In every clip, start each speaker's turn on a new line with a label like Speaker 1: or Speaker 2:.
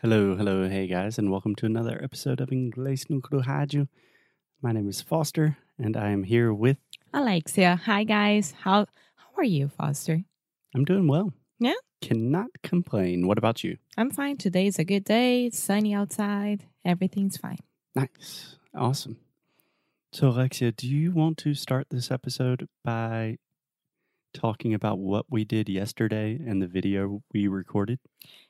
Speaker 1: Hello, hello, hey guys, and welcome to another episode of Inglês no Rádio. My name is Foster, and I am here with.
Speaker 2: Alexia. Hi guys. How how are you, Foster?
Speaker 1: I'm doing well.
Speaker 2: Yeah?
Speaker 1: Cannot complain. What about you?
Speaker 2: I'm fine. Today is a good day. It's sunny outside. Everything's fine.
Speaker 1: Nice. Awesome. So, Alexia, do you want to start this episode by talking about what we did yesterday and the video we recorded?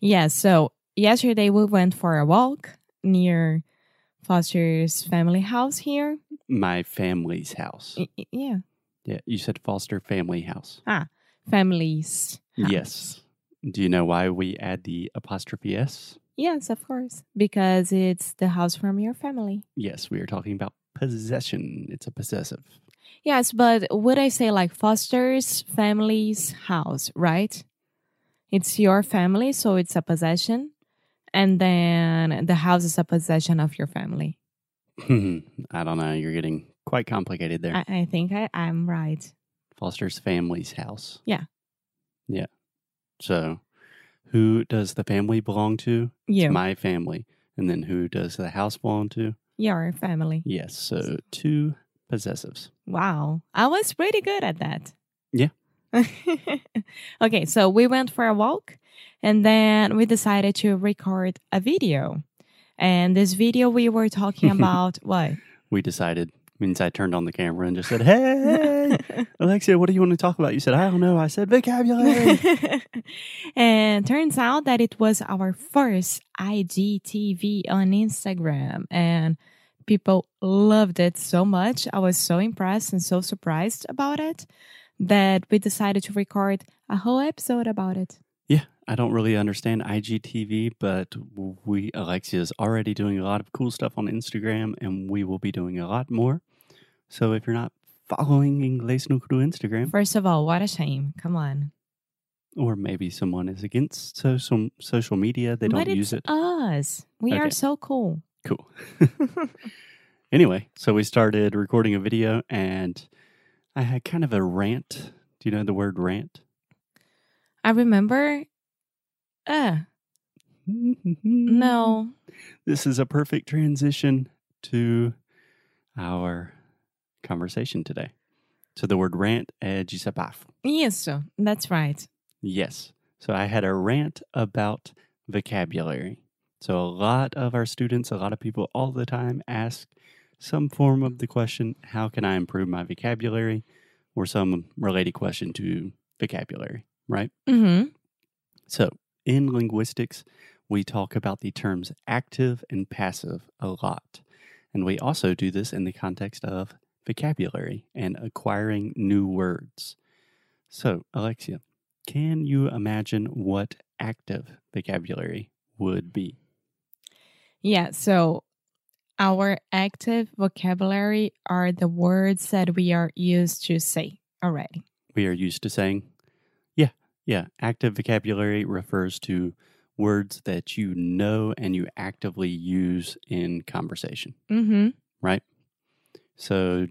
Speaker 2: Yeah, so yesterday we went for a walk near Foster's family house here.
Speaker 1: My family's house.
Speaker 2: Y- y- Yeah.
Speaker 1: Yeah, you said foster family house.
Speaker 2: Family's. house.
Speaker 1: Yes. Do you know why we add the apostrophe S?
Speaker 2: Yes, of course. Because it's the house from your family.
Speaker 1: Yes, we are talking about possession. It's a possessive.
Speaker 2: Yes, but would I say like Foster's family's house, right? It's your family, so it's a possession. And then the house is a possession of your family.
Speaker 1: Mm-hmm. I don't know. You're getting quite complicated there.
Speaker 2: I, I think I, I'm right.
Speaker 1: Foster's family's house.
Speaker 2: Yeah.
Speaker 1: Yeah. So, who does the family belong to?
Speaker 2: You,
Speaker 1: My family. And then who does the house belong to?
Speaker 2: your family.
Speaker 1: Yes. So, two possessives.
Speaker 2: Wow. I was pretty good at that.
Speaker 1: Yeah.
Speaker 2: okay, so we went for a walk and then we decided to record a video. And this video we were talking about what?
Speaker 1: We decided, means I turned on the camera and just said, Hey, Alexia, what do you want to talk about? You said, I don't know. I said vocabulary.
Speaker 2: and turns out that it was our first IGTV on Instagram and people loved it so much. I was so impressed and so surprised about it that we decided to record a whole episode about it.
Speaker 1: Yeah, I don't really understand IGTV, but we Alexia is already doing a lot of cool stuff on Instagram, and we will be doing a lot more. So if you're not following Inglés no Cru Instagram,
Speaker 2: First of all, what a shame. Come on.
Speaker 1: or maybe someone is against social social media, they don't
Speaker 2: but
Speaker 1: use it.
Speaker 2: it's us. We
Speaker 1: Okay.
Speaker 2: are so cool.
Speaker 1: Cool. anyway, so we started recording a video, and I had kind of a rant. Do you know the word rant?
Speaker 2: I remember. Uh,
Speaker 1: Mm-hmm.
Speaker 2: no.
Speaker 1: this is a perfect transition to our conversation today. So the word rant eh, é dissipar.
Speaker 2: Yes, that's right.
Speaker 1: Yes. So I had a rant about vocabulary. So a lot of our students, a lot of people all the time ask some form of the question, how can I improve my vocabulary? Or some related question to vocabulary, right?
Speaker 2: Mm-hmm.
Speaker 1: So, in linguistics, we talk about the terms active and passive a lot. And we also do this in the context of vocabulary and acquiring new words. So, Alexia, can you imagine what active vocabulary would be?
Speaker 2: Yeah, so our active vocabulary are the words that we are used to say already.
Speaker 1: We are used to saying, yeah, yeah, active vocabulary refers to words that you know and you actively use in conversation.
Speaker 2: Mm-hmm.
Speaker 1: So,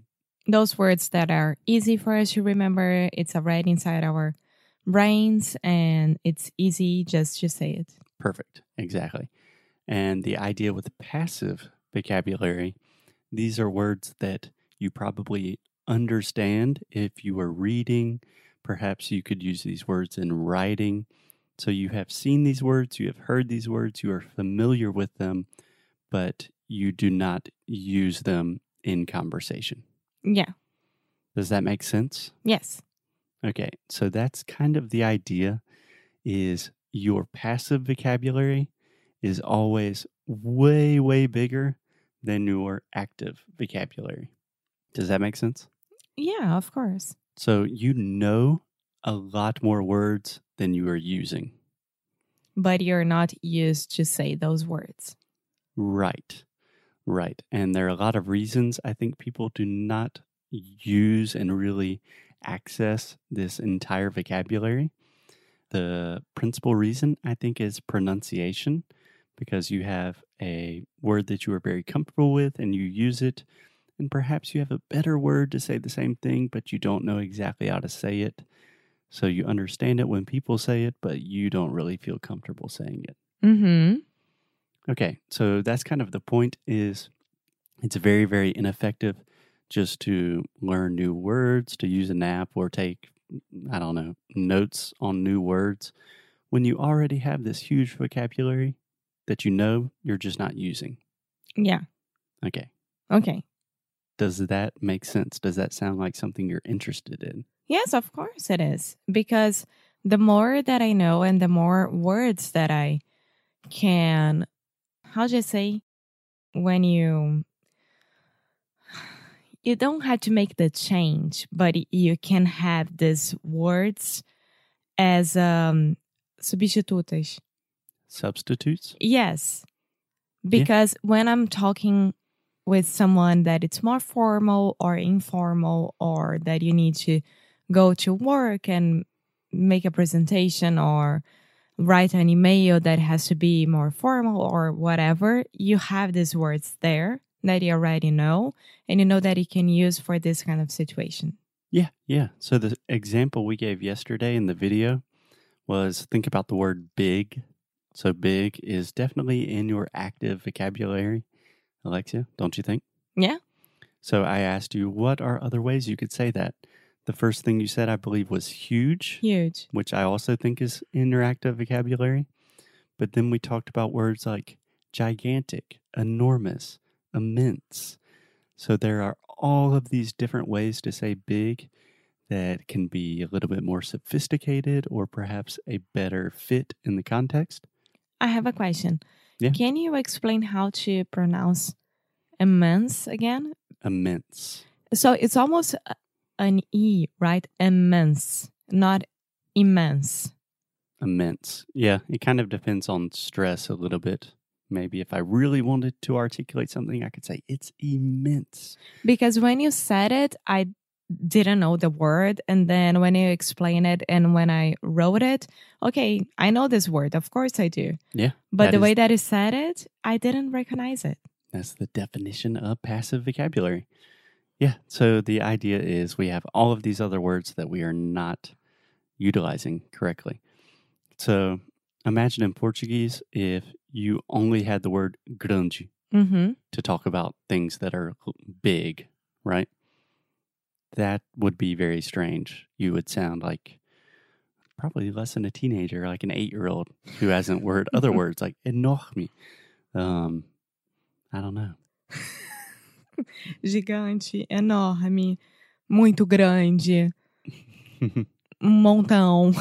Speaker 2: Those words that are easy for us to remember, it's already inside our brains and it's easy just to say it.
Speaker 1: Perfect. Exactly. And the idea with passive vocabulary, these are words that you probably understand if you were reading. Perhaps you could use these words in writing. So you have seen these words, you have heard these words, you are familiar with them, but you do not use them in conversation.
Speaker 2: Yeah.
Speaker 1: Does that make sense?
Speaker 2: Yes.
Speaker 1: Okay, so that's kind of the idea is your passive vocabulary is always way way bigger than your active vocabulary. Does that make sense?
Speaker 2: Yeah, of course.
Speaker 1: So you know a lot more words than you are using.
Speaker 2: But you're not used to say those words.
Speaker 1: Right. Right. And there are a lot of reasons I think people do not use and really access this entire vocabulary. The principal reason I think is pronunciation, because you have a word that you are very comfortable with and you use it. And perhaps you have a better word to say the same thing, but you don't know exactly how to say it. So you understand it when people say it, but you don't really feel comfortable saying it.
Speaker 2: Mm-hmm.
Speaker 1: Okay, so that's kind of the point is it's very very ineffective just to learn new words, to use an app or take I don't know, notes on new words when you already have this huge vocabulary that you know you're just not using.
Speaker 2: Yeah.
Speaker 1: Okay.
Speaker 2: Okay.
Speaker 1: Does that make sense? Does that sound like something you're interested in?
Speaker 2: Yes, of course it is. Because the more that I know and the more words that I can, how do you say, when you. You don't have to make the change, but you can have these words as um, substitutas.
Speaker 1: Substitutes?
Speaker 2: Yes. Because when I'm talking with someone that it's more formal or informal or that you need to go to work and make a presentation or write an email that has to be more formal or whatever, you have these words there that you already know and you know that you can use for this kind of situation.
Speaker 1: Yeah, yeah. So the example we gave yesterday in the video was think about the word big. So big is definitely in your active vocabulary, Alexia, don't you think?
Speaker 2: Yeah.
Speaker 1: So I asked you, what are other ways you could say that? The first thing you said, I believe, was huge,
Speaker 2: Huge.
Speaker 1: which I also think is in your active vocabulary. But then we talked about words like gigantic, enormous, immense. So there are all of these different ways to say big that can be a little bit more sophisticated or perhaps a better fit in the context.
Speaker 2: I have a question.
Speaker 1: Yeah.
Speaker 2: Can you explain how to pronounce immense again?
Speaker 1: Immense.
Speaker 2: So it's almost a- an E, right? Immense, not immense.
Speaker 1: Immense. Yeah, it kind of depends on stress a little bit. Maybe if I really wanted to articulate something, I could say it's immense.
Speaker 2: Because when you said it, I didn't know the word. And then when you explain it and when I wrote it, okay, I know this word. Of course I do.
Speaker 1: Yeah, that
Speaker 2: But the
Speaker 1: is-
Speaker 2: way that you said it, I didn't recognize it.
Speaker 1: That's the definition of passive vocabulary. Yeah, so the idea is we have all of these other words that we are not utilizing correctly. So imagine in Portuguese if you only had the word grande
Speaker 2: Mm-hmm.
Speaker 1: to talk about things that are l- big, right? That would be very strange. You would sound like probably less than a teenager, like an eight year old who hasn't word other words like enorme. Um, I don't know.
Speaker 2: Gigante, enorme, muito grande, um montão.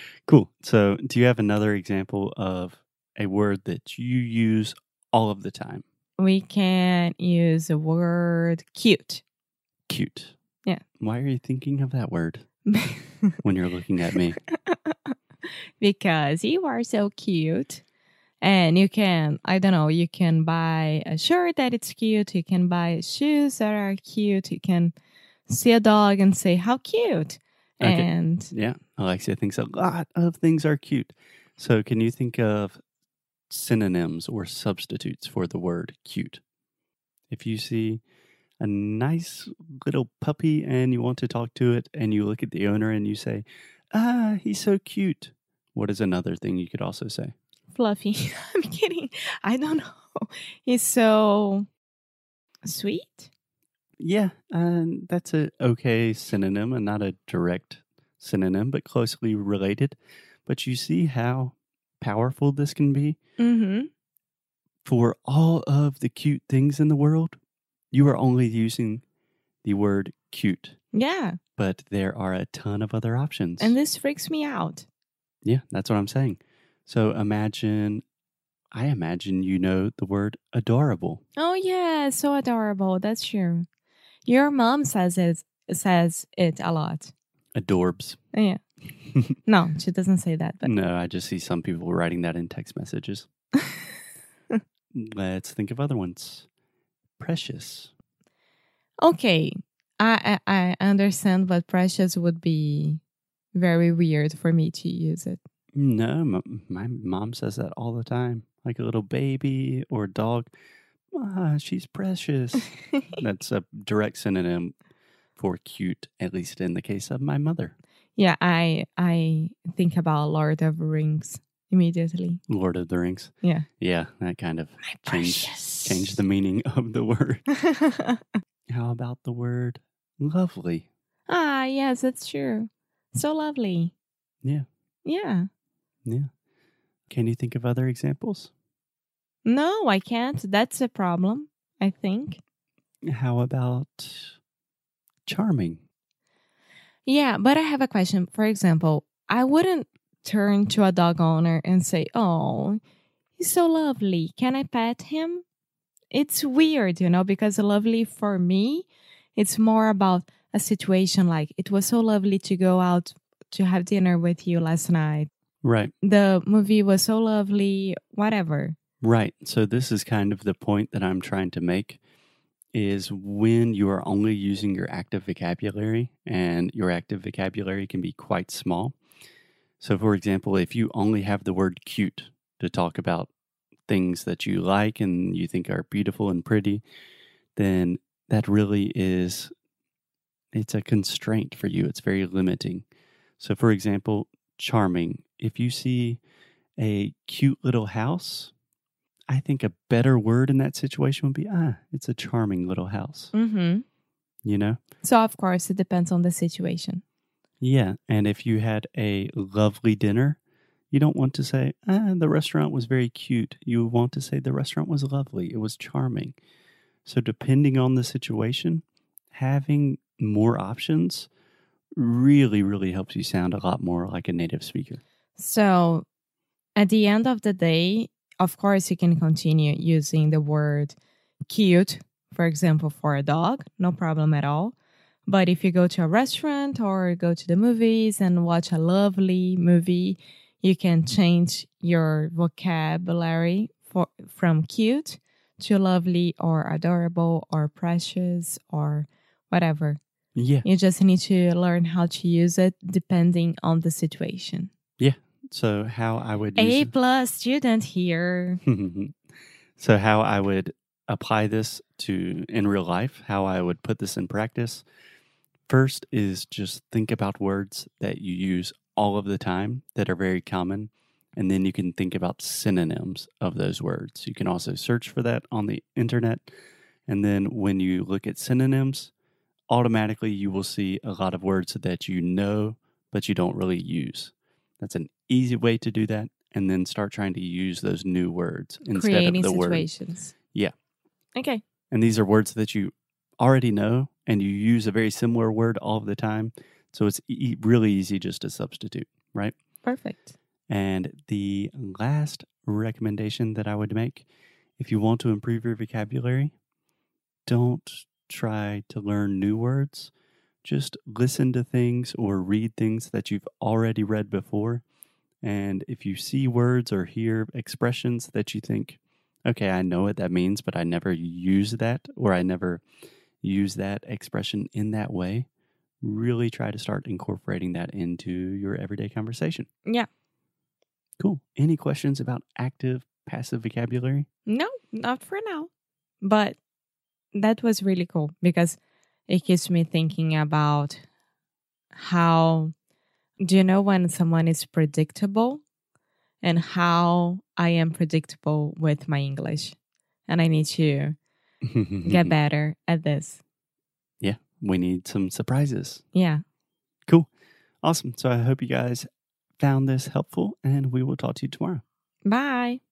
Speaker 1: cool. So, do you have another example of a word that you use all of the time?
Speaker 2: we can use the word cute.
Speaker 1: Cute.
Speaker 2: Yeah.
Speaker 1: Why are you thinking of that word when you're looking at me?
Speaker 2: because you are so cute. And you can, I don't know, you can buy a shirt that it's cute, you can buy shoes that are cute, you can see a dog and say, How cute!
Speaker 1: Okay.
Speaker 2: And
Speaker 1: yeah. Alexia thinks a lot of things are cute. So, can you think of synonyms or substitutes for the word cute? If you see a nice little puppy and you want to talk to it, and you look at the owner and you say, Ah, he's so cute. What is another thing you could also say?
Speaker 2: fluffy. I'm kidding. I don't know. He's so sweet.
Speaker 1: Yeah, and that's a okay synonym and not a direct synonym, but closely related. But you see how powerful this can be
Speaker 2: Mm-hmm.
Speaker 1: for all of the cute things in the world. You are only using the word cute,
Speaker 2: Yeah.
Speaker 1: but there are a ton of other options.
Speaker 2: And this freaks me out.
Speaker 1: yeah, that's what I'm saying. So imagine, I imagine you know the word adorable.
Speaker 2: Oh yeah, so adorable. That's true. Your mom says it says it a lot.
Speaker 1: Adorbs.
Speaker 2: Yeah. no, she doesn't say that, but
Speaker 1: No, I just see some people writing that in text messages. Let's think of other ones. Precious.
Speaker 2: okay. I, I I understand, but precious would be very weird for me to use it.
Speaker 1: No, m- my mom says that all the time. Like a little baby or a dog. Ah, she's precious. That's a direct synonym for cute, at least in the case of my mother.
Speaker 2: yeah, I I think about Lord of Rings immediately.
Speaker 1: Lord of the Rings.
Speaker 2: Yeah.
Speaker 1: Yeah, that kind of
Speaker 2: My
Speaker 1: Change- changed the meaning of the word.
Speaker 2: the.
Speaker 1: How about the word lovely?
Speaker 2: ah, yes, that's true. So lovely.
Speaker 1: Yeah.
Speaker 2: Yeah.
Speaker 1: Can you think of other examples?
Speaker 2: No, I can't. That's a problem, I think.
Speaker 1: How about charming?
Speaker 2: Yeah, but I have a question. For example, I wouldn't turn to a dog owner and say, Oh, he's so lovely. Can I pet him? It's weird, you know, because lovely for me, it's more about a situation like it was so lovely to go out to have dinner with you last night.
Speaker 1: Right,
Speaker 2: The movie was so lovely, whatever.
Speaker 1: right. So this is kind of the point that I'm trying to make is when you are only using your active vocabulary and your active vocabulary can be quite small. So for example, if you only have the word cute to talk about things that you like and you think are beautiful and pretty, then that really is it's a constraint for you. It's very limiting. So for example, charming. If you see a cute little house, I think a better word in that situation would be ah, it's a charming little house,
Speaker 2: Mm-hmm.
Speaker 1: you know?
Speaker 2: So, of course, it depends on the situation.
Speaker 1: Yeah. And if you had a lovely dinner, you don't want to say, ah, the restaurant was very cute. You want to say the restaurant was lovely. It was charming. So, depending on the situation, having more options really, really helps you sound a lot more like a native speaker.
Speaker 2: So, at the end of the day, of course, you can continue using the word cute, for example, for a dog, no problem at all. But if you go to a restaurant or go to the movies and watch a lovely movie, you can change your vocabulary for, from cute to lovely or adorable or precious or whatever.
Speaker 1: Yeah.
Speaker 2: You just need to learn how to use it depending on the situation.
Speaker 1: So, how I would use
Speaker 2: A plus student here.
Speaker 1: so how I would apply this to in real life, how I would put this in practice. First is just think about words that you use all of the time that are very common and then you can think about synonyms of those words. You can also search for that on the internet and then when you look at synonyms, automatically you will see a lot of words that you know but you don't really use. That's an easy way to do that and then start trying to use those new words instead
Speaker 2: creating
Speaker 1: of the word.
Speaker 2: situations.
Speaker 1: Yeah.
Speaker 2: Okay.
Speaker 1: And these are words that you already know and you use a very similar word all the time. So it's e- really easy just to substitute.
Speaker 2: Perfect.
Speaker 1: And the last recommendation that I would make if you want to improve your vocabulary, don't try to learn new words. Just listen to things or read things that you've already read before. And if you see words or hear expressions that you think, okay, I know what that means, but I never use that or I never use that expression in that way, really try to start incorporating that into your everyday conversation.
Speaker 2: Yeah.
Speaker 1: Cool. Any questions about active, passive vocabulary?
Speaker 2: No, not for now. But that was really cool because it keeps me thinking about how do you know when someone is predictable and how I am predictable with my English. And I need to
Speaker 1: Mm-hmm.
Speaker 2: get better at this.
Speaker 1: We need some surprises.
Speaker 2: Yeah.
Speaker 1: Cool. Awesome. So I hope you guys found this helpful, and we will talk to you tomorrow.
Speaker 2: Bye.